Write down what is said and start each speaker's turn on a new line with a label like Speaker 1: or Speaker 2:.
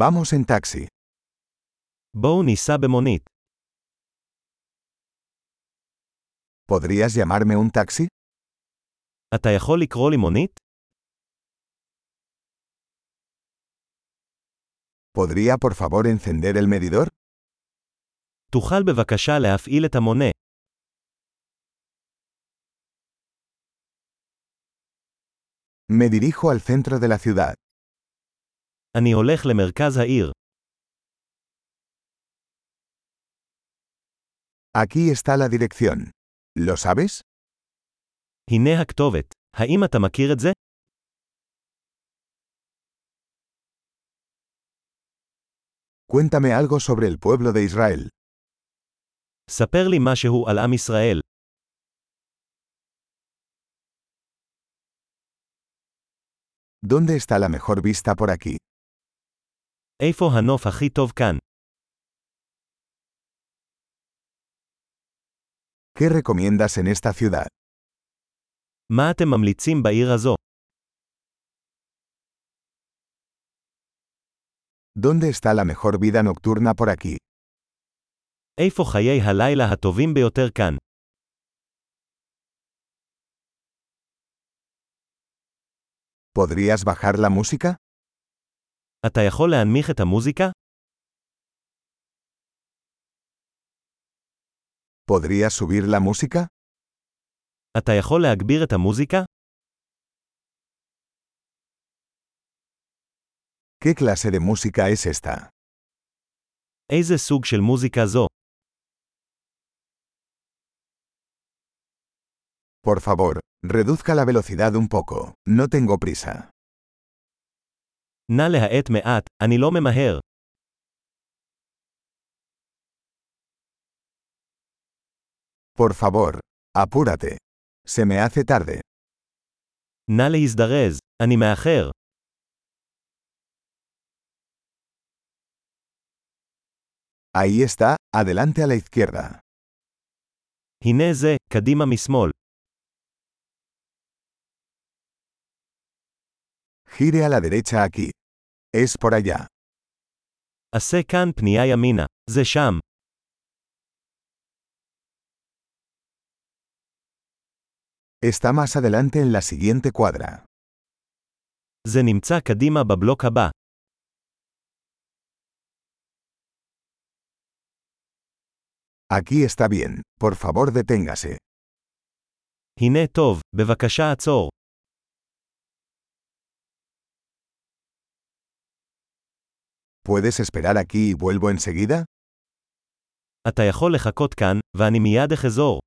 Speaker 1: Vamos en taxi.
Speaker 2: בואו ניסע במונית.
Speaker 1: ¿Podrías llamarme un taxi?
Speaker 2: אתה יכול לקרוא לי מונית?
Speaker 1: ¿Podría por favor encender el medidor?
Speaker 2: תוכל בבקשה להפעיל את המונה.
Speaker 1: Me dirijo al centro de la ciudad.
Speaker 2: אני הולך למרכז העיר.
Speaker 1: Aquí está la dirección. ¿Lo sabes?
Speaker 2: הנה הכתובת. האם אתה מכיר את זה?
Speaker 1: Cuéntame algo sobre el pueblo de Israel.
Speaker 2: ספר לי משהו על עם ישראל.
Speaker 1: ¿Dónde está la mejor vista por aquí?
Speaker 2: איפה הנוף הכי טוב כאן?
Speaker 1: ¿Qué recomiendas en esta ciudad?
Speaker 2: מה אתם ממליצים בעיר הזו?
Speaker 1: ¿Dónde está la mejor vida nocturna por aquí?
Speaker 2: איפה חיי הלילה הטובים ביותר כאן?
Speaker 1: ¿Podrías bajar la música?
Speaker 2: אתה יכול להנמיך את המוזיקה?
Speaker 1: ¿Podrías subir la música?
Speaker 2: אתה יכול להגביר את המוזיקה?
Speaker 1: ¿Qué clase de música es esta?
Speaker 2: איזה סוג של מוזיקה זו?
Speaker 1: Por favor, reduzca la velocidad un poco. No tengo prisa.
Speaker 2: נא להאט מעט, אני לא ממהר.
Speaker 1: Por favor, apúrate. Se me hace tarde.
Speaker 2: נא להזדרז, אני מאחר.
Speaker 1: Ahí está, adelante a la izquierda.
Speaker 2: הנה זה, קדימה משמאל.
Speaker 1: Gire a la derecha aquí. Es por allá.
Speaker 2: עשה כאן פנייה ימינה. זה שם.
Speaker 1: Está más adelante en la siguiente cuadra.
Speaker 2: זה נמצא קדימה בבלוק הבא.
Speaker 1: Aquí está bien. Por favor, deténgase.
Speaker 2: הנה טוב, בבקשה עצור.
Speaker 1: ¿Puedes esperar aquí y vuelvo enseguida?
Speaker 2: אתה יכול לחכות כאן, ואני מיד אחזור.